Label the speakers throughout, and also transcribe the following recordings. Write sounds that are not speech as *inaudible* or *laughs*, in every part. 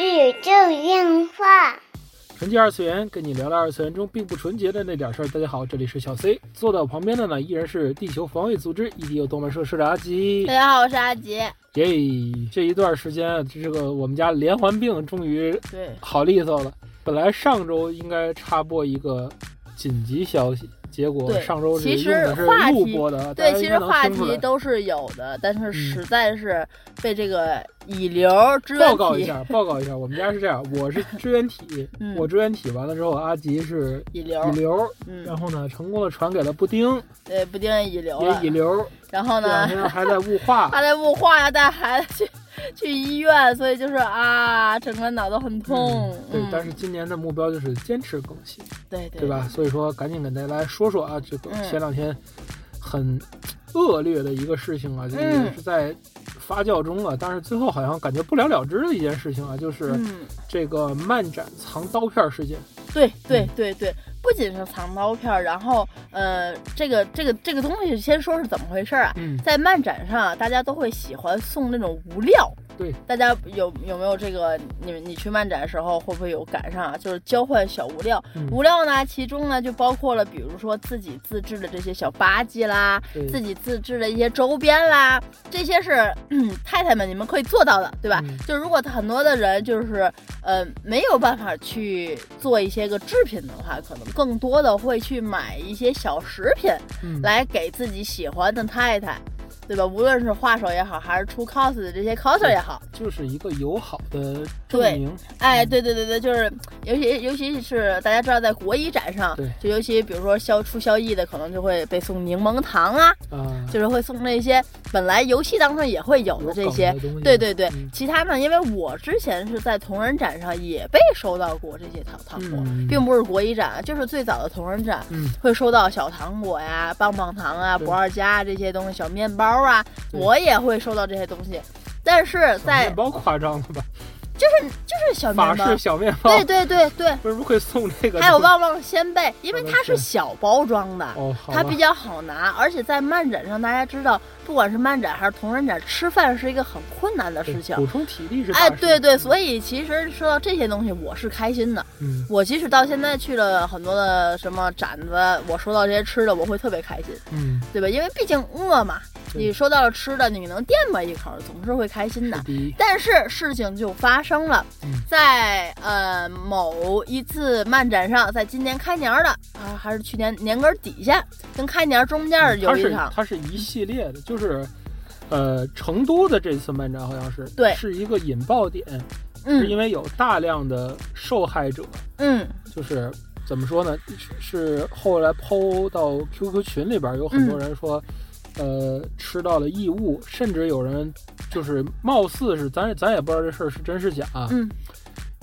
Speaker 1: 宇宙电话。
Speaker 2: 纯洁二次元，跟你聊聊二次元中并不纯洁的那点事儿。大家好，这里是小 C，坐在我旁边的呢依然是地球防卫组织 EDU 动漫社社长阿吉。
Speaker 3: 大家好，我是阿杰。
Speaker 2: 耶！这一段时间，这个我们家连环病终于
Speaker 3: 对，
Speaker 2: 好利索了。本来上周应该插播一个紧急消息，结果
Speaker 3: 对
Speaker 2: 上周是
Speaker 3: 其
Speaker 2: 用
Speaker 3: 实
Speaker 2: 的是
Speaker 3: 话
Speaker 2: 录
Speaker 3: 题
Speaker 2: 播的，大
Speaker 3: 对，
Speaker 2: 家应
Speaker 3: 其实
Speaker 2: 该能
Speaker 3: 话
Speaker 2: 听出
Speaker 3: 题
Speaker 2: 来嗯
Speaker 3: 都是有的，但是实在是被这个乙流支
Speaker 2: 报
Speaker 3: 原
Speaker 2: 告一
Speaker 3: 体
Speaker 2: 下，报告一下，我们家是这样，我是支原体，
Speaker 3: *laughs* 嗯
Speaker 2: 我支原体完了之后，阿吉是
Speaker 3: 乙流，
Speaker 2: 乙流，然
Speaker 3: 嗯，
Speaker 2: 后呢，成功的传给了布丁，
Speaker 3: 对，不定乙流了
Speaker 2: 也乙。啊流，
Speaker 3: 然后
Speaker 2: 这两
Speaker 3: 呢，
Speaker 2: 天还在雾化，嗯
Speaker 3: 他在雾化呀，带孩子去去医院，所以就是啊，整个脑都很痛
Speaker 2: 嗯。对
Speaker 3: 嗯，，
Speaker 2: 但是今年的目标就是坚持更新，
Speaker 3: 对
Speaker 2: 对吧？？所以说，赶紧给大家说说啊，这个
Speaker 3: 嗯
Speaker 2: 前两天很恶劣的一个事情啊，这也
Speaker 3: 嗯
Speaker 2: 是在发酵中啊，但是最后好像感觉不了了之的一件事情啊，就是
Speaker 3: 嗯，
Speaker 2: 这个漫展藏刀片事件。
Speaker 3: 对
Speaker 2: 嗯
Speaker 3: 对对对，不仅是藏刀片儿，然后呃，这个这个这个东西，先说是怎么回事儿啊？
Speaker 2: 嗯，
Speaker 3: 在漫展上啊，大家都会喜欢送那种无料。
Speaker 2: 对，
Speaker 3: 大家有有没有这个？你你去漫展的时候会不会有赶上啊？就是交换小无料。
Speaker 2: 嗯
Speaker 3: 无料呢，其中呢就包括了，比如说自己自制的这些小吧唧啦，
Speaker 2: 对
Speaker 3: 自己自制的一些周边啦，这些是嗯太太们你们可以做到的，对吧？
Speaker 2: 嗯
Speaker 3: 就如果很多的人就是呃没有办法去做一些个制品的话，可能更多的会去买一些小食品，
Speaker 2: 嗯，
Speaker 3: 来给自己喜欢的太太，对吧？无论是画手也好，还是出 cos 的这些 coser 也好，
Speaker 2: 就是一个友好的
Speaker 3: 对
Speaker 2: 证明。
Speaker 3: 哎，对对对对，就是尤其尤其是大家知道，在国医展上
Speaker 2: 对，
Speaker 3: 就尤其比如说消出消疫的，可能就会被送柠檬糖啊，
Speaker 2: 啊，
Speaker 3: 就是会送那些本来游戏当中也会有
Speaker 2: 有
Speaker 3: 的这
Speaker 2: 梗
Speaker 3: 些
Speaker 2: 的。东西
Speaker 3: 对对对
Speaker 2: 嗯，
Speaker 3: 其他呢？因为我之前是在同人展上也被收到过这些糖糖果，
Speaker 2: 嗯
Speaker 3: 并不是国医展，就是最早的同人展，
Speaker 2: 嗯，
Speaker 3: 会收到小糖果呀、棒棒糖啊、
Speaker 2: 对
Speaker 3: 不二家啊这些东西，小面包啊，
Speaker 2: 对
Speaker 3: 我也会收到这些东西。但是
Speaker 2: 小
Speaker 3: 在
Speaker 2: 面包夸张了吧？
Speaker 3: 就是小
Speaker 2: 法
Speaker 3: 面包
Speaker 2: 式，小面包，
Speaker 3: 对对对对，
Speaker 2: 为什么会送这个？
Speaker 3: 还有旺旺仙贝，因为
Speaker 2: 好的
Speaker 3: 它
Speaker 2: 是
Speaker 3: 是小包装的，
Speaker 2: 哦，好吧
Speaker 3: 它比较好拿，而且在漫展上，大家知道，不管是漫展还是同人展，吃饭是一个很困难的
Speaker 2: 对
Speaker 3: 事情。
Speaker 2: 补充体力是嗯
Speaker 3: 哎，
Speaker 2: 大事
Speaker 3: 对对，所以其实说到这些东西，我是开心的。
Speaker 2: 嗯，
Speaker 3: 我即使到现在去了很多的什么展子，我收到这些吃的，我会特别开心。
Speaker 2: 嗯，
Speaker 3: 对吧？因为毕竟饿嘛，
Speaker 2: 对
Speaker 3: 你收到了吃的，你能垫吧一口，总是会开心的
Speaker 2: 是。第一，
Speaker 3: *laughs* 但是事情就发生了
Speaker 2: 嗯，
Speaker 3: 在呃某一次漫展上，在今年开年儿的啊，还是去年年根儿底下，跟开年儿中间儿有
Speaker 2: 它
Speaker 3: 一
Speaker 2: 嗯是
Speaker 3: 场，
Speaker 2: 它是一系列的，就是。呃，成都的这次漫展好像是
Speaker 3: 对
Speaker 2: 是一个引爆点，是
Speaker 3: 嗯
Speaker 2: 因为有大量的受害者，
Speaker 3: 嗯
Speaker 2: 就是怎么说呢？是是后来抛到 QQ 群里边儿，有很多人说，
Speaker 3: 嗯
Speaker 2: 呃，吃到了异物，甚至有人就是貌似是咱咱也不知道这事儿是真是假、啊
Speaker 3: 嗯，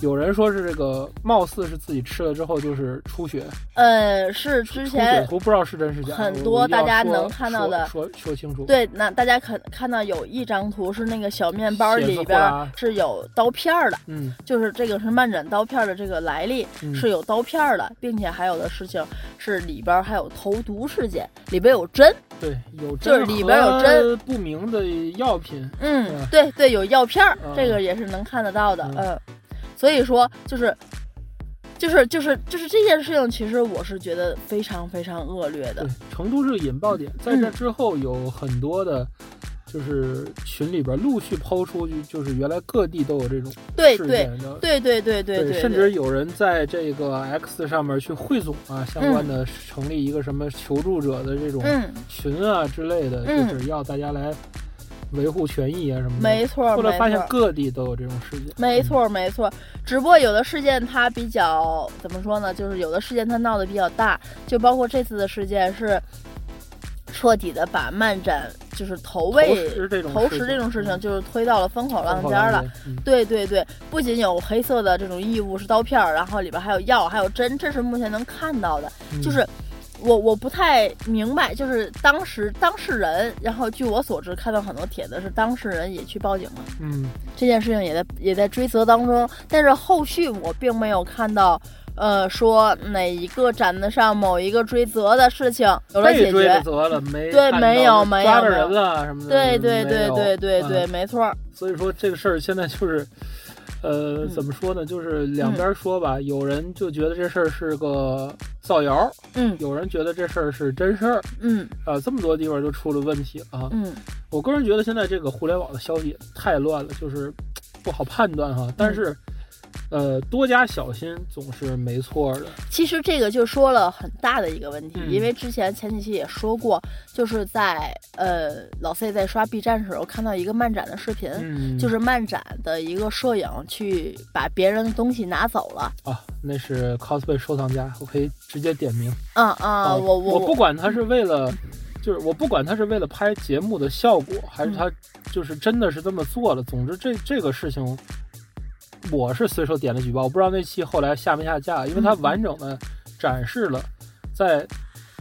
Speaker 2: 有人说是这个貌似是自己吃了之后就是出血，
Speaker 3: 呃，是之
Speaker 2: 出血
Speaker 3: 前
Speaker 2: 图不知道是真是假，
Speaker 3: 很
Speaker 2: 我
Speaker 3: 多
Speaker 2: 我一定要
Speaker 3: 大家
Speaker 2: 说
Speaker 3: 能看到的
Speaker 2: 说说说清楚。
Speaker 3: 对，那大家可看到有一张图是那个小面包
Speaker 2: 血丝
Speaker 3: 里边儿
Speaker 2: 花
Speaker 3: 是有刀片儿的，
Speaker 2: 嗯，
Speaker 3: 就是这个是漫展刀片儿的这个来历，
Speaker 2: 嗯
Speaker 3: 是有刀片儿的，并且还有的事情是里边儿还有投毒事件，里边有针，
Speaker 2: 对，有
Speaker 3: 就是
Speaker 2: 针
Speaker 3: 里边有
Speaker 2: 和
Speaker 3: 针
Speaker 2: 不明的药品，
Speaker 3: 嗯
Speaker 2: 嗯，
Speaker 3: 对对，有药片儿
Speaker 2: 嗯，
Speaker 3: 这个也是能看得到的，
Speaker 2: 嗯
Speaker 3: 嗯，所以说就是。就是就是就是这件事情，其实我是觉得非常非常恶劣的
Speaker 2: 对。，成都是个引爆点，在这
Speaker 3: 嗯
Speaker 2: 之后有很多的，就是群里边陆续抛出，就就是原来各地都有这种
Speaker 3: 对
Speaker 2: 事
Speaker 3: 对
Speaker 2: 件的，
Speaker 3: 对对对对对，
Speaker 2: 甚至有人在这个 X 上面去汇总啊，相关的成立一个什么求助者的这种
Speaker 3: 嗯，
Speaker 2: 群啊之类的，
Speaker 3: 嗯
Speaker 2: 就是要大家来维护权益啊什么的。
Speaker 3: 没错儿
Speaker 2: 后
Speaker 3: 没
Speaker 2: 来
Speaker 3: 错
Speaker 2: 发现
Speaker 3: 儿。
Speaker 2: 各地都有这种事件，
Speaker 3: 没错儿，没错儿。只不过有的事件它比较怎么说呢？就是有的事件它闹得比较大，就包括这次的事件是彻底的把漫展就是
Speaker 2: 嗯，投
Speaker 3: 投喂
Speaker 2: 食这种
Speaker 3: 投食这种事情，就是推到了风口浪
Speaker 2: 浪
Speaker 3: 尖儿了。。
Speaker 2: 嗯
Speaker 3: 对对对，不仅有黑色的这种异物是刀片儿，然后里边还有药，还有针，这是目前能看到的。
Speaker 2: 嗯
Speaker 3: 就是我我不太明白，就是当时当事人，然后据我所知，看到很多帖子是当事人也去报警了，
Speaker 2: 嗯，
Speaker 3: 这件事情也在也在追责当中，但是后续我并没有看到呃，说哪一个展子上某一个追责的事情有了
Speaker 2: 被
Speaker 3: 解
Speaker 2: 追
Speaker 3: 决
Speaker 2: 了，责了，没
Speaker 3: 对
Speaker 2: 看
Speaker 3: 没
Speaker 2: 到
Speaker 3: 有没
Speaker 2: 抓
Speaker 3: 有
Speaker 2: 着
Speaker 3: 没有
Speaker 2: 人了什么的，嗯
Speaker 3: 对对
Speaker 2: 没
Speaker 3: 对
Speaker 2: 有
Speaker 3: 对对
Speaker 2: 嗯
Speaker 3: 对，没错儿，
Speaker 2: 所以说这个事儿现在就是，呃，
Speaker 3: 嗯
Speaker 2: 怎么说呢？就是两边说吧，有人就觉得这事儿是个造谣，
Speaker 3: 嗯
Speaker 2: 有人觉得这事儿是真事儿，
Speaker 3: 嗯
Speaker 2: 啊，这么多地方就出了问题啊。
Speaker 3: 嗯
Speaker 2: 我个人觉得现在这个互联网的消息太乱了，就是嘖不好判断哈。但是，呃，多加小心总是没错的。
Speaker 3: 其实这个就说了很大的一个问题，
Speaker 2: 嗯
Speaker 3: 因为之前前几期也说过，就是在呃老 C 在刷 B 站的时候看到一个漫展的视频，
Speaker 2: 嗯，
Speaker 3: 就是漫展的一个摄影去把别人的东西拿走了。
Speaker 2: 啊，那是 cosplay 收藏家，我可以直接点名
Speaker 3: 嗯嗯，我
Speaker 2: 哦我不
Speaker 3: 我
Speaker 2: 管他是为了。就是我不管他是为了拍节目的效果，还
Speaker 3: 嗯
Speaker 2: 是他就是真的是这么做了。总之这这个事情，我是随手点了举报，我不知道那期后来下没下架，因为它
Speaker 3: 嗯嗯
Speaker 2: 完整的展示了在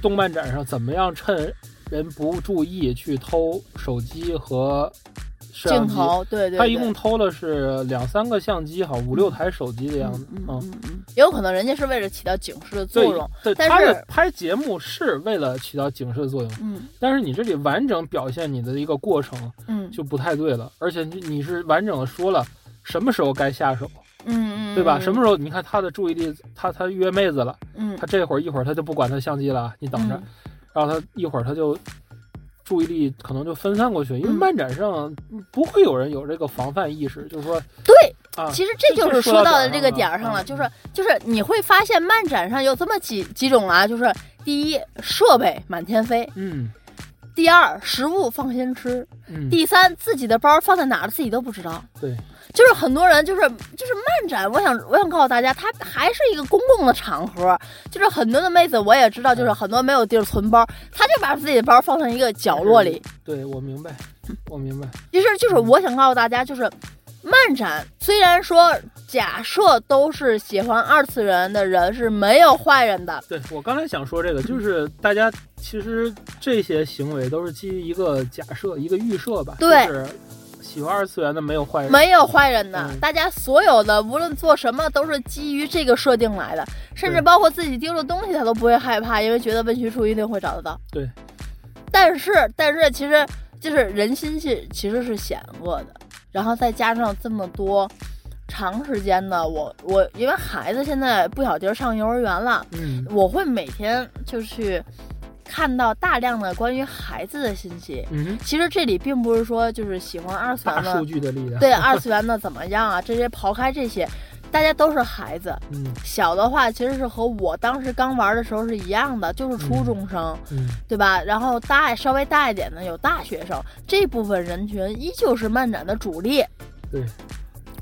Speaker 2: 动漫展上怎么样趁人不注意去偷手机和摄像
Speaker 3: 镜
Speaker 2: 机。
Speaker 3: 头，对对对，
Speaker 2: 啊他一共偷了是两三个相机，好五六台手机的样子。
Speaker 3: 嗯嗯嗯嗯，也有可能人家是为了起到警示的作
Speaker 2: 对
Speaker 3: 用。
Speaker 2: 对，
Speaker 3: 但
Speaker 2: 他
Speaker 3: 是
Speaker 2: 的拍节目是为了起到警示的作用，
Speaker 3: 嗯
Speaker 2: 但是你这里完整表现你的一个过程
Speaker 3: 嗯
Speaker 2: 就不太对了，而且你你是完整的说了什么时候该下手，
Speaker 3: 嗯嗯，
Speaker 2: 对吧？
Speaker 3: 嗯
Speaker 2: 什么？时候你看他的注意力，他他约妹子了，
Speaker 3: 嗯，
Speaker 2: 他这会儿一会儿他就不管他相机了，啊你等着，
Speaker 3: 嗯
Speaker 2: 然后他一会儿他就。注意力可能就分散过去，因为
Speaker 3: 嗯
Speaker 2: 漫展上不会有人有这个防范意识，就是说
Speaker 3: 对，
Speaker 2: 啊，
Speaker 3: 其实这就是
Speaker 2: 说
Speaker 3: 说
Speaker 2: 到
Speaker 3: 到的
Speaker 2: 点儿
Speaker 3: 这个
Speaker 2: 上
Speaker 3: 点
Speaker 2: 了
Speaker 3: 儿上了，
Speaker 2: 嗯
Speaker 3: 就是就是你会发现漫展上有这么几几种啊，就是第一设备满天飞，
Speaker 2: 嗯
Speaker 3: 第二食物放心吃，
Speaker 2: 嗯，
Speaker 3: 第三自己的包放在哪儿自己都不知道。
Speaker 2: 对，
Speaker 3: 就是很多人就是就是漫展，我想我想告诉大家，它还是一个公共的场合，就是很多的妹子我也知道，就是
Speaker 2: 嗯
Speaker 3: 很多没有地儿存包，她就把自己的包放在一个角落里。
Speaker 2: 对我明白，我明白，
Speaker 3: 其实就是
Speaker 2: 嗯
Speaker 3: 我想告诉大家，就是漫展虽然说假设都是喜欢二次元的人是没有坏人的，
Speaker 2: 对我刚才想说这个，就是大家其实这些行为都是基于一个假设、一个预设吧，
Speaker 3: 对
Speaker 2: 就是喜欢二次元的没有坏人，
Speaker 3: 没有坏人的
Speaker 2: 嗯，
Speaker 3: 大家所有的无论做什么都是基于这个设定来的，甚至
Speaker 2: 对
Speaker 3: 包括自己丢了东西，他都不会害怕，因为觉得问学处一定会找得到。
Speaker 2: 对，
Speaker 3: 但是但是其实就是人心是其实是险恶的，然后再加上这么多长时间的我我因为孩子现在不小劲儿上幼儿园了，
Speaker 2: 嗯
Speaker 3: 我会每天就去看到大量的关于孩子的信息。
Speaker 2: 嗯，
Speaker 3: 其实这里并不是说就是喜欢二次
Speaker 2: 大
Speaker 3: 元的
Speaker 2: 数据的力量，，
Speaker 3: 对二次元的怎么样啊？ *laughs* 这些刨开这些，大家都是孩子。
Speaker 2: 嗯
Speaker 3: 小的话其实是和我当时刚玩的时候是一样的，就是初中生，
Speaker 2: 嗯，
Speaker 3: 对吧？然后大稍微大一点的有大学生，这部分人群依旧是漫展的主力。
Speaker 2: 对，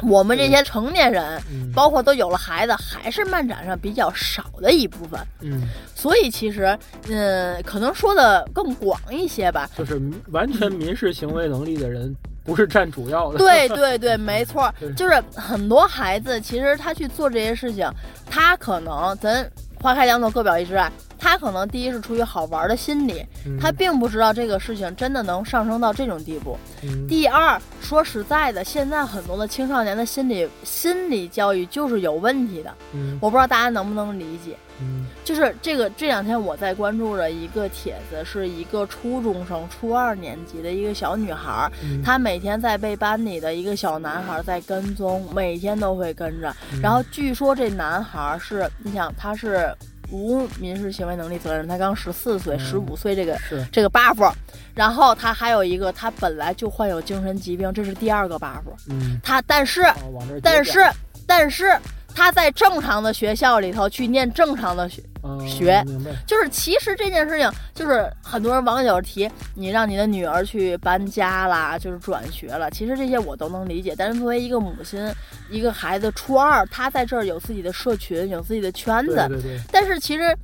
Speaker 3: 我们这些成年人，
Speaker 2: 嗯
Speaker 3: 包括都有了孩子，还是漫展上比较少的一部分。
Speaker 2: 嗯，
Speaker 3: 所以其实，嗯，可能说的更广一
Speaker 2: *laughs*
Speaker 3: 些吧。
Speaker 2: 就是完全民事行为能力的人不是占主要的，
Speaker 3: 对对对，没错儿
Speaker 2: *laughs* 对，
Speaker 3: 就是很多孩子其实他去做这些事情，他可能咱花开两朵各表一枝啊。他可能第一是出于好玩的心理，
Speaker 2: 嗯，
Speaker 3: 他并不知道这个事情真的能上升到这种地步。
Speaker 2: 嗯
Speaker 3: 第二，说实在的，现在很多的青少年的心理心理教育就是有问题的，
Speaker 2: 嗯
Speaker 3: 我不知道大家能不能理解。
Speaker 2: 嗯
Speaker 3: 就是这个这两天我在关注了一个帖子，是一个初中生初二年级的一个小女孩儿，
Speaker 2: 嗯
Speaker 3: 她每天在被班里的一个小男孩儿在跟踪，每天都会跟着。
Speaker 2: 嗯
Speaker 3: 然后据说这男孩儿是，你想他是无民事行为能力责任人，他刚十四岁、
Speaker 2: 嗯
Speaker 3: 十五岁这个
Speaker 2: 是
Speaker 3: 这个 buff，然后他还有一个他本来就患有精神疾病，这是第二个 buff。
Speaker 2: 嗯，
Speaker 3: 他但是
Speaker 2: 好往这儿接
Speaker 3: 但
Speaker 2: 着
Speaker 3: 是但是他在正常的学校里头去念正常的学。
Speaker 2: 嗯
Speaker 3: 学
Speaker 2: 明白，
Speaker 3: 就是其实这件事情，就是很多人网友提你让你的女儿去搬家啦，就是转学了，其实这些我都能理解。但是作为一个母亲，一个孩子初二，他在这儿有自己的社群，有自己的圈
Speaker 2: 对
Speaker 3: 子，
Speaker 2: 对对，
Speaker 3: 但是其实。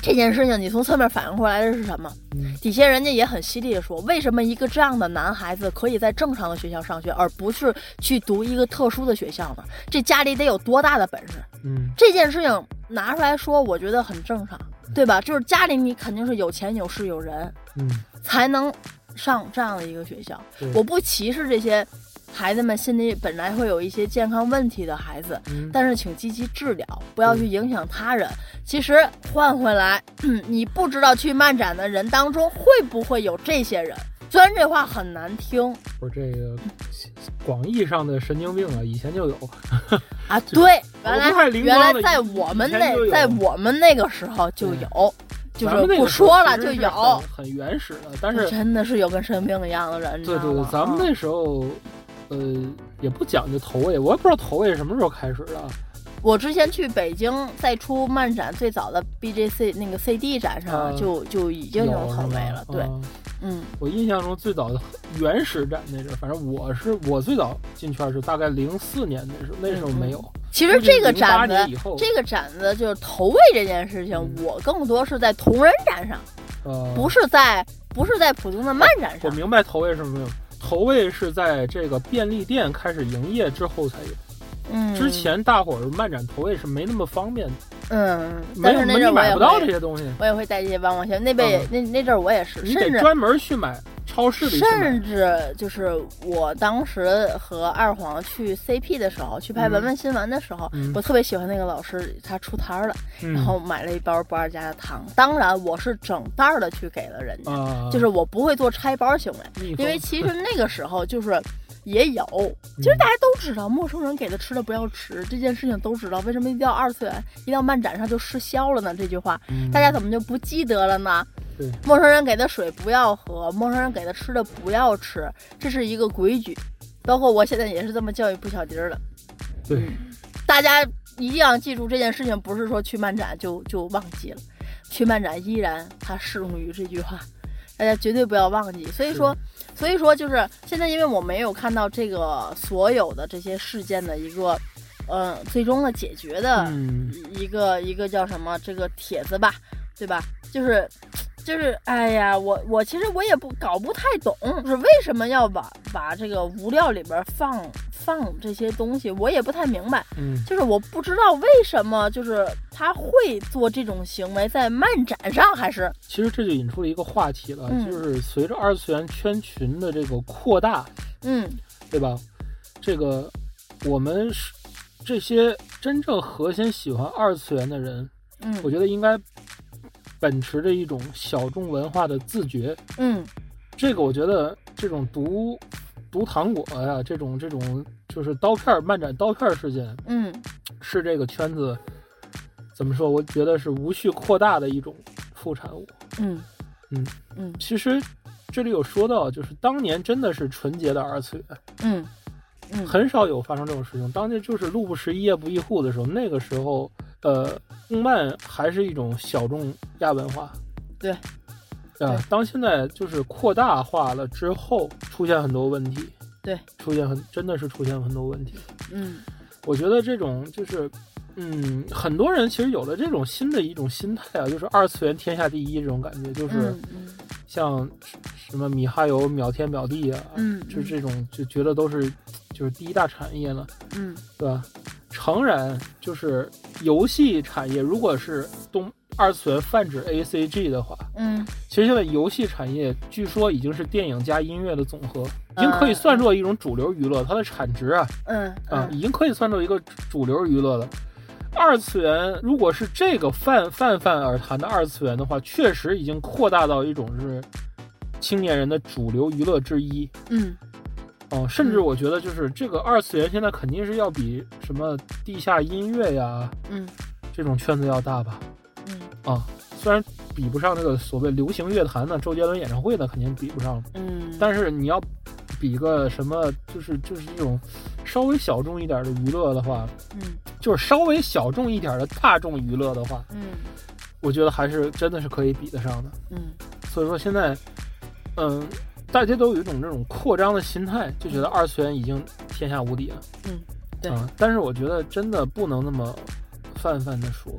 Speaker 3: 这件事情，你从侧面反应过来的是什么？
Speaker 2: 嗯
Speaker 3: 底下人家也很犀利的说，为什么一个这样的男孩子可以在正常的学校上学，而不是去读一个特殊的学校呢？这家里得有多大的本事？
Speaker 2: 嗯
Speaker 3: 这件事情拿出来说，我觉得很正常，对吧？就是家里你肯定是有钱有势有人
Speaker 2: 嗯，
Speaker 3: 才能上这样的一个学校
Speaker 2: 对，
Speaker 3: 我不歧视这些孩子们心里本来会有一些健康问题的孩子，
Speaker 2: 嗯，
Speaker 3: 但是请积极治疗，不要去影响他人。其实换回来， *clears throat* 你不知道去漫展的人当中会不会有这些人。虽然这话很难听
Speaker 2: 不是这个广义上的神经病啊，以前就有，
Speaker 3: 啊，对，
Speaker 2: 我
Speaker 3: 原
Speaker 2: 不太
Speaker 3: 来
Speaker 2: 灵
Speaker 3: 原
Speaker 2: 光
Speaker 3: 来
Speaker 2: 的
Speaker 3: 在我们
Speaker 2: 以前
Speaker 3: 那
Speaker 2: 就有嗯
Speaker 3: 在我们那个时候就有，就
Speaker 2: 咱们
Speaker 3: 是
Speaker 2: 那个
Speaker 3: 不
Speaker 2: 时候
Speaker 3: 说了
Speaker 2: 其
Speaker 3: 就
Speaker 2: 实是
Speaker 3: 有，
Speaker 2: 很很原始的，但是
Speaker 3: 真的是有跟神经病一样的人，你知
Speaker 2: 对对
Speaker 3: 道
Speaker 2: 对
Speaker 3: 吗，
Speaker 2: 咱们
Speaker 3: 嗯
Speaker 2: 那时候，呃，也不讲究投喂，我也不知道投喂什么时候开始的啊。
Speaker 3: 我之前去北京再出漫展最早的 BJC 那个 CD 展上
Speaker 2: 嗯
Speaker 3: 就就已经有口碑了，
Speaker 2: 有是
Speaker 3: 对
Speaker 2: 吗，啊
Speaker 3: 嗯
Speaker 2: 我印象中最早的原始展那阵儿，反正我是我最早进圈是大概零四年那时候，那时候没有。
Speaker 3: 其实这个展
Speaker 2: 08年
Speaker 3: 子
Speaker 2: 以，后，
Speaker 3: 这个展子就是投喂这件事情，
Speaker 2: 嗯
Speaker 3: 我更多是在同人展上，
Speaker 2: 呃，
Speaker 3: 嗯不是在不是在普通的漫展
Speaker 2: 我
Speaker 3: 上。
Speaker 2: 明白投喂是什么用。投喂是在这个便利店开始营业之后才有，
Speaker 3: 嗯，
Speaker 2: 之前大伙儿漫展投喂是没那么方便的，
Speaker 3: 嗯，
Speaker 2: 没
Speaker 3: 但
Speaker 2: 有
Speaker 3: 是那
Speaker 2: 你
Speaker 3: 阵儿我
Speaker 2: 买
Speaker 3: 也
Speaker 2: 不到这
Speaker 3: 会，
Speaker 2: 些东西，
Speaker 3: 我也会带这些帮帮鞋。那辈
Speaker 2: 嗯
Speaker 3: 那那阵儿我也是，
Speaker 2: 你
Speaker 3: 甚
Speaker 2: 得
Speaker 3: 至
Speaker 2: 专门去买，超市里去买。
Speaker 3: 甚至就是我当时和二黄去 CP 的时候，去拍
Speaker 2: 嗯
Speaker 3: 文文新闻的时候，
Speaker 2: 嗯
Speaker 3: 我特别喜欢那个老师，他出摊儿了，然
Speaker 2: 嗯
Speaker 3: 后买了一包不二家的糖。当然，我是整袋儿的去给了人家，
Speaker 2: 啊，
Speaker 3: 就是我不会做拆包行为，
Speaker 2: 蜜蜂
Speaker 3: 因为其实那个时候就是也有，
Speaker 2: 嗯
Speaker 3: 其实大家都知道，陌生人给的吃的不要吃这件事情都知道，为什么一定要二次元，一定要漫展上就失效了呢？这句话
Speaker 2: 嗯
Speaker 3: 大家怎么就不记得了呢
Speaker 2: 对？
Speaker 3: 陌生人给的水不要喝，陌生人给的吃的不要吃，这是一个规矩。包括我现在也是这么教育不小丁儿的，
Speaker 2: 对
Speaker 3: 大家一定要记住这件事情，不是说去漫展就就忘记了，去漫展依然它适用于这句话，大家绝对不要忘记。所以说，所以说就是现在，因为我没有看到这个所有的这些事件的一个，嗯、最终的解决的
Speaker 2: 嗯，
Speaker 3: 一个一个叫什么这个帖子吧，对吧？就是就是，哎呀，我我其实我也不搞不太懂，就是为什么要把把这个无料里边放放这些东西，我也不太明白。
Speaker 2: 嗯
Speaker 3: 就是我不知道为什么，就是他会做这种行为，在漫展上还是
Speaker 2: 其实这就引出了一个话题了，
Speaker 3: 嗯
Speaker 2: 就是随着二次元圈群的这个扩大，
Speaker 3: 嗯
Speaker 2: 对吧？这个我们是这些真正核心喜欢二次元的人，我
Speaker 3: 嗯
Speaker 2: 觉得应该秉持着一种小众文化的自觉。
Speaker 3: 嗯
Speaker 2: 这个我觉得这种毒毒糖果呀、这种这种就是刀片儿漫展刀片儿事件，
Speaker 3: 嗯
Speaker 2: 是这个圈子怎么说？我觉得是无序扩大的一种副产物。
Speaker 3: 嗯
Speaker 2: 嗯
Speaker 3: 嗯
Speaker 2: 其实这里有说到，就是当年真的是纯洁的二次元，
Speaker 3: 嗯嗯，
Speaker 2: 很少有发生这种事情。当年就是路不拾遗，夜不亦户的时候，那个时候，呃，动漫还是一种小众亚文化。
Speaker 3: 对。
Speaker 2: 啊
Speaker 3: 对，
Speaker 2: 当现在就是扩大化了之后，出现很多问题。
Speaker 3: 对，
Speaker 2: 出现很真的是出现很多问题。
Speaker 3: 嗯
Speaker 2: 我觉得这种就是，嗯，很多人其实有了这种新的一种心态啊，就是二次元天下第一这种感觉，就是
Speaker 3: 嗯嗯
Speaker 2: 像什么米哈游秒天秒地啊，
Speaker 3: 嗯
Speaker 2: 就是这种就觉得都是就是第一大产业了，
Speaker 3: 嗯
Speaker 2: 对吧？诚然，就是游戏产业如果是东二次元泛指 A C G 的话，
Speaker 3: 嗯
Speaker 2: 其实现在游戏产业据说已经是电影加音乐的总和，已经
Speaker 3: 啊
Speaker 2: 可以算作一种主流娱乐，它的产值啊，
Speaker 3: 嗯
Speaker 2: 啊，
Speaker 3: 嗯
Speaker 2: 已经可以算作一个主流娱乐了。二次元如果是这个泛泛泛而谈的二次元的话，确实已经扩大到一种是青年人的主流娱乐之一。
Speaker 3: 嗯
Speaker 2: 哦、甚至
Speaker 3: 嗯
Speaker 2: 我觉得就是这个二次元现在肯定是要比什么地下音乐呀
Speaker 3: 嗯
Speaker 2: 这种圈子要大吧？
Speaker 3: 嗯
Speaker 2: 啊，虽然比不上那个所谓流行乐坛呢，周杰伦演唱会呢肯定比不上，
Speaker 3: 嗯，
Speaker 2: 但是你要比个什么，就是就是这种稍微小众一点的娱乐的话，
Speaker 3: 嗯
Speaker 2: 就是稍微小众一点的大众娱乐的话，
Speaker 3: 嗯
Speaker 2: 我觉得还是真的是可以比得上的。
Speaker 3: 嗯
Speaker 2: 所以说现在，嗯，大家都有一种这种扩张的心态，就觉得二次元已经天下无敌了。
Speaker 3: 嗯对
Speaker 2: 啊但是我觉得真的不能那么泛泛的说。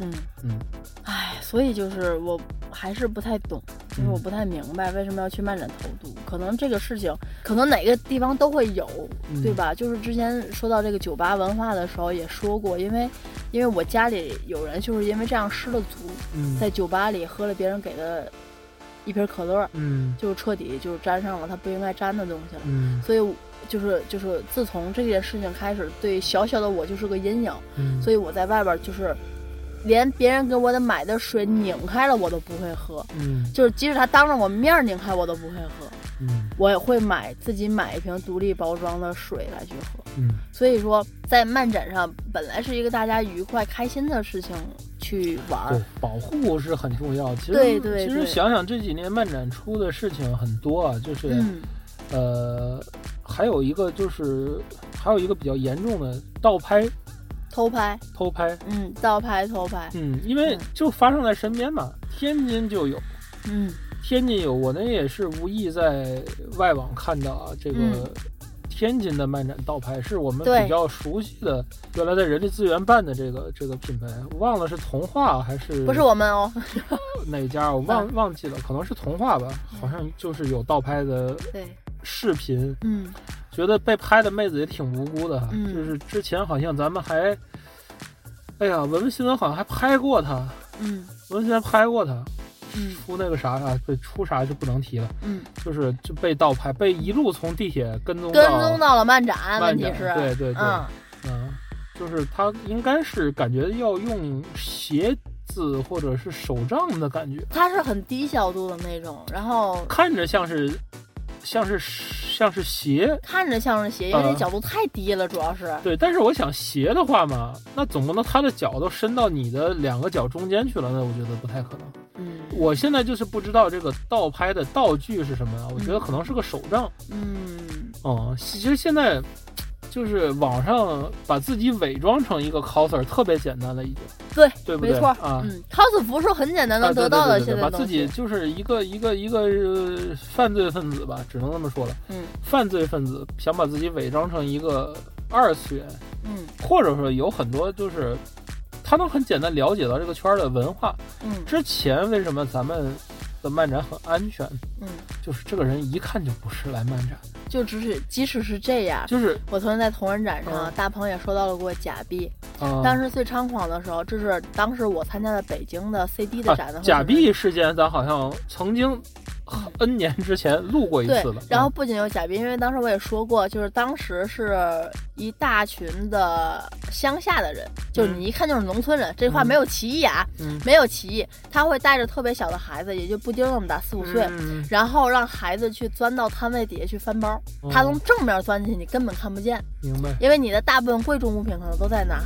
Speaker 3: 嗯
Speaker 2: 嗯，
Speaker 3: 哎，所以就是我还是不太懂，就是
Speaker 2: 嗯
Speaker 3: 我不太明白为什么要去漫展投毒，可能这个事情，可能哪个地方都会有，
Speaker 2: 嗯
Speaker 3: 对？吧？就是之前说到这个酒吧文化的时候也说过，因为因为我家里有人就是因为这样失了足，
Speaker 2: 嗯，
Speaker 3: 在酒吧里喝了别人给的一瓶可乐，
Speaker 2: 嗯
Speaker 3: 就彻底就沾上了他不应该沾的东西了。
Speaker 2: 嗯
Speaker 3: 所以就是就是自从这件事情开始，对小小的我就是个阴影，
Speaker 2: 嗯，
Speaker 3: 所以我在外边就是连别人给我的买的水拧开了我都不会喝，
Speaker 2: 嗯
Speaker 3: 就是即使他当着我面儿拧开我都不会喝，
Speaker 2: 嗯
Speaker 3: 我也会买自己买一瓶独立包装的水来去喝。
Speaker 2: 嗯，
Speaker 3: 所以说，在漫展上本来是一个大家愉快开心的事情去玩
Speaker 2: 对
Speaker 3: 儿，，
Speaker 2: 保护是很重要。其实
Speaker 3: 对对
Speaker 2: 其实
Speaker 3: 对
Speaker 2: 想想这几年漫展出的事情很多啊，就是、
Speaker 3: 嗯
Speaker 2: 呃，还有一个就是还有一个比较严重的盗拍、
Speaker 3: 偷拍，
Speaker 2: 偷拍。
Speaker 3: 嗯，盗拍偷拍，
Speaker 2: 嗯，因为
Speaker 3: 嗯
Speaker 2: 就发生在身边嘛，天津就有。
Speaker 3: 嗯
Speaker 2: 天津有，我那也是无意在外网看到啊，这个
Speaker 3: 嗯
Speaker 2: 天津的漫展盗拍是我们
Speaker 3: 对
Speaker 2: 比较熟悉的，原来在人力资源办的这个这个品牌，忘了是从化还是
Speaker 3: 不是我们嗯哦，
Speaker 2: 哪家，我忘忘记了，可能是从化吧，好像就是有盗拍的
Speaker 3: 对，
Speaker 2: 视频，
Speaker 3: 嗯
Speaker 2: 觉得被拍的妹子也挺无辜的哈，
Speaker 3: 嗯
Speaker 2: 就是之前好像咱们还，哎呀，文文新闻好像还拍过她，
Speaker 3: 嗯
Speaker 2: 文文新闻拍过她，
Speaker 3: 嗯
Speaker 2: 出那个啥啊，对，出啥就不能提了。
Speaker 3: 嗯，
Speaker 2: 就是就被盗拍，被一路从地铁跟踪到
Speaker 3: 跟踪到了漫展，
Speaker 2: 漫
Speaker 3: 问题
Speaker 2: 展，
Speaker 3: 是，
Speaker 2: 对对对，
Speaker 3: 嗯
Speaker 2: 嗯，就是他应该是感觉要用鞋子或者是手杖的感觉，
Speaker 3: 它是很低效度的那种，然后
Speaker 2: 看着像是像是像是鞋，
Speaker 3: 看着像是鞋，因为
Speaker 2: 嗯
Speaker 3: 那角度太低了，主要是，
Speaker 2: 对，但是我想鞋的话嘛，那总不能他的脚都伸到你的两个脚中间去了，那我觉得不太可能。
Speaker 3: 嗯
Speaker 2: 我现在就是不知道这个盗拍的道具是什么啊，我觉得可能是个手杖。
Speaker 3: 嗯，
Speaker 2: 嗯，其实现在就是网上把自己伪装成一个 coser 特别简单了，已经，
Speaker 3: 对
Speaker 2: 对不对？
Speaker 3: 没错，
Speaker 2: 啊。
Speaker 3: 嗯，cos 服是很简单
Speaker 2: 啊
Speaker 3: 能
Speaker 2: 对
Speaker 3: 得到的，
Speaker 2: 对对
Speaker 3: 现
Speaker 2: 对
Speaker 3: 在
Speaker 2: 把
Speaker 3: 东
Speaker 2: 自己
Speaker 3: 西，
Speaker 2: 就是一个一个一个、呃犯罪分子吧，只能这么说了。
Speaker 3: 嗯
Speaker 2: 犯罪分子想把自己伪装成一个二次元，
Speaker 3: 嗯
Speaker 2: 或者说有很多就是他能很简单了解到这个圈儿的文化。
Speaker 3: 嗯
Speaker 2: 之前为什么咱们的漫展很安全？
Speaker 3: 嗯，
Speaker 2: 就是这个人一看就不是来漫展，
Speaker 3: 就只是即使是这样。
Speaker 2: 就是
Speaker 3: 我曾经在同人展上
Speaker 2: 嗯，
Speaker 3: 大鹏也收到了过假币，
Speaker 2: 啊。
Speaker 3: 当时最猖狂的时候，这是当时我参加的北京的 CD 的展的
Speaker 2: 啊，假币事件，咱好像曾经 N 年之前录过一
Speaker 3: 对
Speaker 2: 次嗯了。，
Speaker 3: 然后不仅有假币，因为当时我也说过，就是当时是一大群的乡下的人，就是
Speaker 2: 嗯
Speaker 3: 你一看就是农村人，这话
Speaker 2: 嗯
Speaker 3: 没有歧义啊，
Speaker 2: 嗯
Speaker 3: 没有歧义，他会带着特别小的孩子，也就不丁那么大，四五岁。
Speaker 2: 嗯
Speaker 3: 然后让孩子去钻到摊位底下去翻包，
Speaker 2: 哦
Speaker 3: 他从正面钻进去，你根本看不见，
Speaker 2: 明白。
Speaker 3: 因为你的大部分贵重物品可能都在那儿。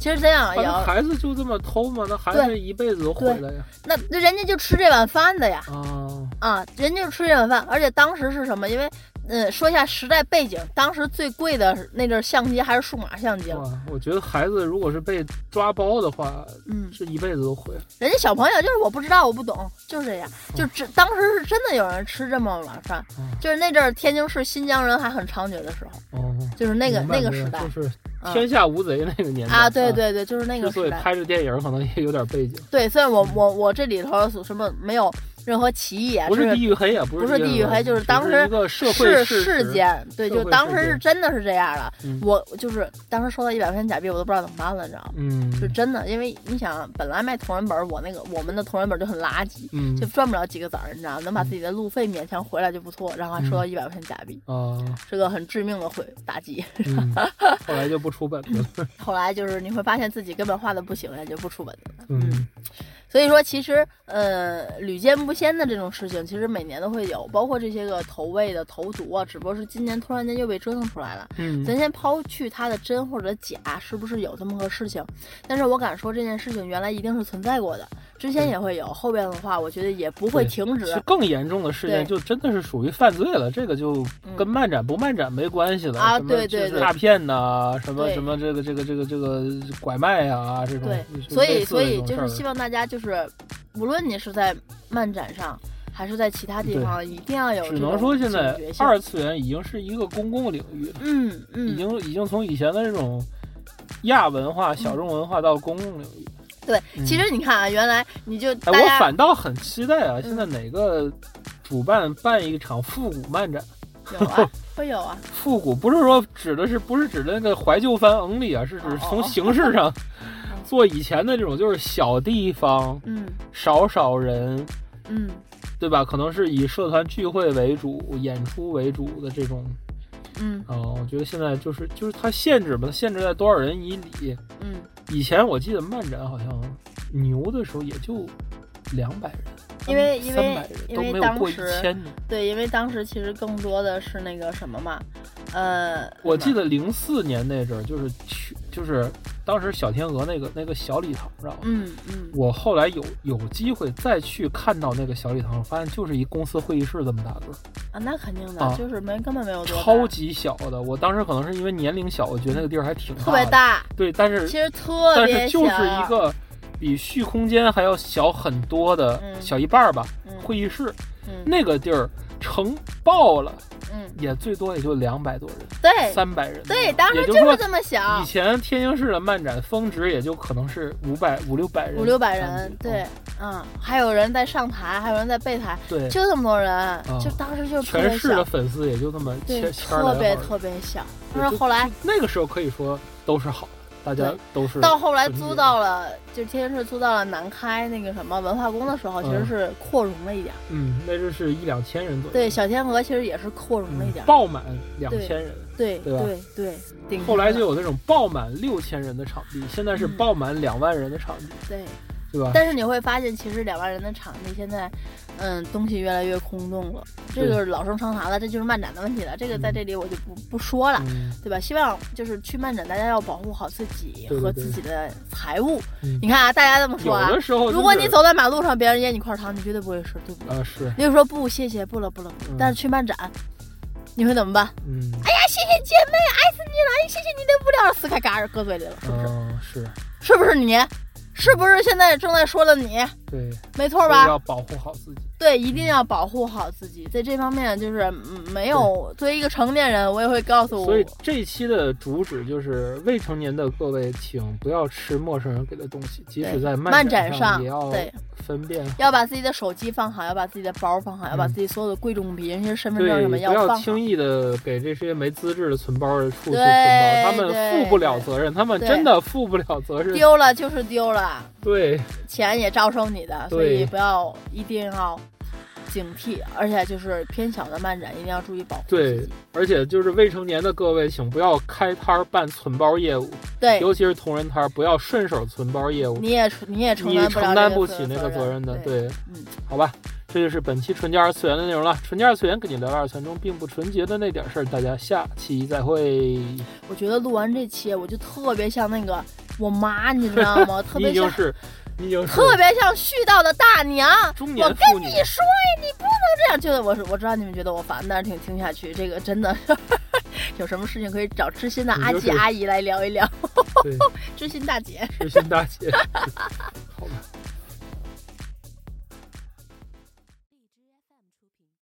Speaker 3: 其实这样也
Speaker 2: 那
Speaker 3: 要，
Speaker 2: 孩子就这么偷吗？那孩子
Speaker 3: 对
Speaker 2: 一辈子都毁了呀！
Speaker 3: 那那人家就吃这碗饭的呀。
Speaker 2: 啊，
Speaker 3: 啊，人家吃这碗饭，而且当时是什么？因为，嗯，说一下时代背景，当时最贵的那阵儿相机还是数码相机了。
Speaker 2: 哇，我觉得孩子如果是被抓包的话，
Speaker 3: 嗯，
Speaker 2: 是一辈子都毁了。
Speaker 3: 人家小朋友就是我不知道，我不懂，就是这样，就这当时是真的有人吃这么碗饭
Speaker 2: 嗯，
Speaker 3: 就是那阵儿天津市新疆人还很猖獗的时候，
Speaker 2: 哦，
Speaker 3: 就是那个
Speaker 2: 明白
Speaker 3: 那个
Speaker 2: 明
Speaker 3: 时
Speaker 2: 白
Speaker 3: 代
Speaker 2: 就是
Speaker 3: 嗯
Speaker 2: 天下无贼那个年代
Speaker 3: 啊，对。对对，就是那
Speaker 2: 之
Speaker 3: 个
Speaker 2: 所
Speaker 3: 时
Speaker 2: 以
Speaker 3: 代。
Speaker 2: 拍这电影，可能也有点背景，
Speaker 3: 对，虽然我我我这里头所什么没有任何歧义啊，
Speaker 2: 不
Speaker 3: 就是
Speaker 2: 地域黑啊，
Speaker 3: 不
Speaker 2: 不
Speaker 3: 是
Speaker 2: 是
Speaker 3: 地域黑
Speaker 2: 只
Speaker 3: 就是当时
Speaker 2: 一个社会
Speaker 3: 是
Speaker 2: 事实
Speaker 3: 事，件，对，
Speaker 2: 社
Speaker 3: 就
Speaker 2: 会
Speaker 3: 当
Speaker 2: 事
Speaker 3: 时
Speaker 2: 件
Speaker 3: 是真的是这样的。
Speaker 2: 嗯
Speaker 3: 我就是当时收到一百块钱假币，我都不知道怎么办了，你知道吗？
Speaker 2: 嗯
Speaker 3: 是真的，因为你想，本来卖同人本儿，我那个我们的同人本儿就很垃圾，
Speaker 2: 嗯
Speaker 3: 就赚不了几个子儿，你知道吗，能把自己的路费勉强回来就不错，然后还
Speaker 2: 嗯
Speaker 3: 收到一百块钱假币，
Speaker 2: 啊，
Speaker 3: 是个很致命的毁打击。
Speaker 2: 嗯后来就不出本了。
Speaker 3: *laughs* 后来就是你会发现自己根本画的不行，也就不出本了。
Speaker 2: 嗯
Speaker 3: 所以说，其实呃，屡见不鲜的这种事情，其实每年都会有，包括这些个投喂的投毒啊，只不过是今年突然间又被折腾出来了。
Speaker 2: 嗯
Speaker 3: 咱先抛去它的真或者假是不是有这么个事情，但是我敢说这件事情原来一定是存在过的，之前也会有，后边的话我觉得也不会
Speaker 2: 嗯对
Speaker 3: 停
Speaker 2: 其实
Speaker 3: 止
Speaker 2: 更严重的事件
Speaker 3: 对
Speaker 2: 就
Speaker 3: 嗯
Speaker 2: 真的是属于犯罪了，这个就跟漫展不漫展没关系了
Speaker 3: 啊
Speaker 2: 什么
Speaker 3: 对
Speaker 2: 就是
Speaker 3: 对对
Speaker 2: 诈骗呐、什么
Speaker 3: 对
Speaker 2: 什么这个这个这个这个拐卖呀、这种
Speaker 3: 对，
Speaker 2: 就
Speaker 3: 所以
Speaker 2: 嗯类似
Speaker 3: 所
Speaker 2: 的这
Speaker 3: 以
Speaker 2: 种
Speaker 3: 就
Speaker 2: 事儿
Speaker 3: 是希望大家就是，无论你是在漫展上还是在其他地方，一定要有
Speaker 2: 只
Speaker 3: 这
Speaker 2: 能
Speaker 3: 种
Speaker 2: 说现在
Speaker 3: 警觉性
Speaker 2: 二次元已经是一个公共领域了，
Speaker 3: 嗯
Speaker 2: 已
Speaker 3: 嗯，
Speaker 2: 经已经从以前的这种亚文化、小众文化到公共领域。
Speaker 3: 对，
Speaker 2: 嗯
Speaker 3: 其实你看啊，原来你就
Speaker 2: 哎，
Speaker 3: 大
Speaker 2: 我
Speaker 3: 家嗯
Speaker 2: 反倒很期待啊，现在哪个主办办一场复古漫展？
Speaker 3: 有啊，会有啊，
Speaker 2: 复古不是说指的是不是指的那个怀旧翻嗯里啊，是指
Speaker 3: 哦嗯哦
Speaker 2: 从形式上 *laughs* 做以前的这种就是小地方
Speaker 3: 嗯
Speaker 2: 少少人，
Speaker 3: 嗯
Speaker 2: 对吧？可能是以社团聚会为主、演出为主的这种
Speaker 3: 嗯
Speaker 2: 啊、我觉得现在就是就是它限制吧，它限制在多少人以里。
Speaker 3: 嗯，
Speaker 2: 以前我记得漫展好像牛的时候也就两百人，
Speaker 3: 因为因
Speaker 2: 三
Speaker 3: 为
Speaker 2: 百人
Speaker 3: 因
Speaker 2: 都
Speaker 3: 为
Speaker 2: 没有
Speaker 3: 当
Speaker 2: 过一
Speaker 3: 时
Speaker 2: 千人。
Speaker 3: 对，因为当时其实更多的是那个什么嘛，呃，
Speaker 2: 我
Speaker 3: 什
Speaker 2: 记
Speaker 3: 么
Speaker 2: 得零四年那阵儿，就是去就是当时小天鹅那个那个小礼堂上，
Speaker 3: 嗯嗯，
Speaker 2: 我后来有有机会再去看到那个小礼堂，我发现就是一公司会议室这么大个儿，
Speaker 3: 啊，那肯定的，
Speaker 2: 啊
Speaker 3: 就是没根本没有多大
Speaker 2: 超级小的。我当时可能是因为年龄小，我觉得那个地儿还挺
Speaker 3: 特别
Speaker 2: 的。
Speaker 3: 大，
Speaker 2: 对，但
Speaker 3: 其
Speaker 2: 是
Speaker 3: 实特
Speaker 2: 但是
Speaker 3: 别小，
Speaker 2: 就是一个比蓄空间还要小很多的、
Speaker 3: 嗯
Speaker 2: 小一半儿吧，
Speaker 3: 嗯
Speaker 2: 会议室
Speaker 3: 嗯
Speaker 2: 那个地儿盛爆了，
Speaker 3: 嗯，
Speaker 2: 也最多也就两百多人，
Speaker 3: 对
Speaker 2: 三百人。
Speaker 3: 哎对，当时
Speaker 2: 也就
Speaker 3: 就是
Speaker 2: 说
Speaker 3: 是这么啊小
Speaker 2: 以，前天津市的漫展峰值也就可能是五百五六百人，
Speaker 3: 五六百人，对，嗯，还有人在上台，还有人在备台，
Speaker 2: 对，嗯
Speaker 3: 就这么多人，就当时就是特
Speaker 2: 全
Speaker 3: 别
Speaker 2: 市的
Speaker 3: 小，
Speaker 2: 粉丝也就那么
Speaker 3: 对，
Speaker 2: 千千儿来号
Speaker 3: 特别
Speaker 2: 人
Speaker 3: 特别小。
Speaker 2: 对
Speaker 3: 但是
Speaker 2: 就
Speaker 3: 后来
Speaker 2: 那个时候可以说都是好的，大家
Speaker 3: 对
Speaker 2: 都是
Speaker 3: 到后来
Speaker 2: 纯洁
Speaker 3: 租
Speaker 2: 的
Speaker 3: 到了，就天津市租到了南开那个什么文化宫的时候，其实
Speaker 2: 嗯
Speaker 3: 是扩容了一点儿。
Speaker 2: 嗯，那就是一两千人左右，
Speaker 3: 对，小天鹅其实也是扩容了一
Speaker 2: 嗯
Speaker 3: 点儿。
Speaker 2: 爆满两千人，
Speaker 3: 对
Speaker 2: 对吧
Speaker 3: 对对，顶
Speaker 2: 后来
Speaker 3: 住
Speaker 2: 就
Speaker 3: 了
Speaker 2: 有那种爆满六千人的场地，现在是
Speaker 3: 嗯
Speaker 2: 爆满两万人的场地，
Speaker 3: 对。
Speaker 2: 对吧？
Speaker 3: 但是你会发现，其实两万人的场地现在，嗯，东西越来越空洞了。这
Speaker 2: 对
Speaker 3: 就是老生常谈了，这就是漫展的问题了。这个在
Speaker 2: 嗯
Speaker 3: 这里我就不不说了。
Speaker 2: 嗯
Speaker 3: 对吧？希望就是去漫展，大家要保护好自己
Speaker 2: 对对
Speaker 3: 和
Speaker 2: 对
Speaker 3: 自己的财物。
Speaker 2: 嗯
Speaker 3: 你看啊，大家这么说
Speaker 2: 有
Speaker 3: 啊
Speaker 2: 的，时候就是、
Speaker 3: 如果你走在马路上，别人噎你块糖，你绝对不会吃，对不对？
Speaker 2: 啊是，
Speaker 3: 你就说不，谢谢，不了不了。不了
Speaker 2: 嗯
Speaker 3: 但是去漫展，你会怎么办？
Speaker 2: 嗯，
Speaker 3: 哎呀，谢谢姐妹，爱死你了，哎谢谢你的无聊，撕开嘎儿搁嘴里了，是不是？
Speaker 2: 嗯是
Speaker 3: 是不是你？是不是现在正在说的你？
Speaker 2: 对，
Speaker 3: 没错
Speaker 2: 所以
Speaker 3: 吧？
Speaker 2: 要保护好自己，
Speaker 3: 对，一定要保护好自己，在这方面就是嗯没有作为一个成年人，我也会告诉我
Speaker 2: 所以这一期的主旨就是未成年的各位，请不要吃陌生人给的东西，即使
Speaker 3: 对
Speaker 2: 在
Speaker 3: 漫
Speaker 2: 展
Speaker 3: 展上
Speaker 2: 也要
Speaker 3: 对
Speaker 2: 分辨好。
Speaker 3: 要把自己的手机放好，要把自己的包放好，要把自己所有的贵重品，尤其是身份证
Speaker 2: 嗯对，
Speaker 3: 什
Speaker 2: 不
Speaker 3: 么要放好。
Speaker 2: 轻易的给这些没资质的存包的处去存
Speaker 3: 对
Speaker 2: 包，他们
Speaker 3: 对
Speaker 2: 负不了
Speaker 3: 对
Speaker 2: 责任，他们
Speaker 3: 对
Speaker 2: 真的负不了责任。
Speaker 3: 丢了就是丢了，
Speaker 2: 对，
Speaker 3: 钱也照收你的，所
Speaker 2: 对
Speaker 3: 以不要一定要警惕，而且就是偏小的漫展一定要注意保护自
Speaker 2: 对
Speaker 3: 己。，
Speaker 2: 而且就是未成年的各位，请不要开摊儿办存包业务，
Speaker 3: 对，
Speaker 2: 尤其是同人摊儿，不要顺手存包业务，
Speaker 3: 哎你也承你也承
Speaker 2: 你
Speaker 3: 担不
Speaker 2: 承
Speaker 3: 了
Speaker 2: 担
Speaker 3: 这
Speaker 2: 不起那个责任
Speaker 3: 任
Speaker 2: 的。
Speaker 3: 对，
Speaker 2: 对，
Speaker 3: 嗯，
Speaker 2: 好吧，这就是本期纯洁二次元的内容了。纯洁二次元跟你聊聊二次元中并不纯洁的那点事儿，大家下期再会。
Speaker 3: 我觉得录完这期我就特别像那个我妈，你知
Speaker 2: *laughs*
Speaker 3: 道吗？特
Speaker 2: 你已
Speaker 3: 别像
Speaker 2: 经是，你已经是
Speaker 3: 特别像絮叨的大娘。
Speaker 2: 中
Speaker 3: 我
Speaker 2: 年妇
Speaker 3: 跟
Speaker 2: 女
Speaker 3: 你，说呀，你不能这样。就是我是我知道你们觉得我烦，但是请听下去，这个真的 *laughs* 有什么事情可以找知心的
Speaker 2: 你
Speaker 3: 阿
Speaker 2: 就
Speaker 3: 季
Speaker 2: 是
Speaker 3: 阿姨来聊一聊，
Speaker 2: 对，
Speaker 3: 知心大姐。
Speaker 2: 知心大姐。